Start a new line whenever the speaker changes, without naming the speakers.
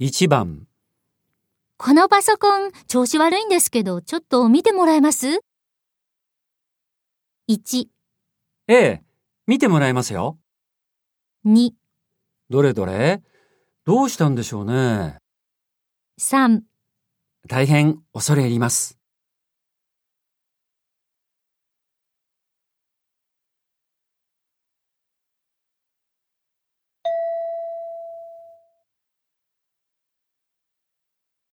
1番、
このパソコン、調子悪いんですけど、ちょっと見てもらえます ?1、
ええ、見てもらいますよ。
2、
どれどれどうしたんでしょうね。
3。
大変恐れ入ります。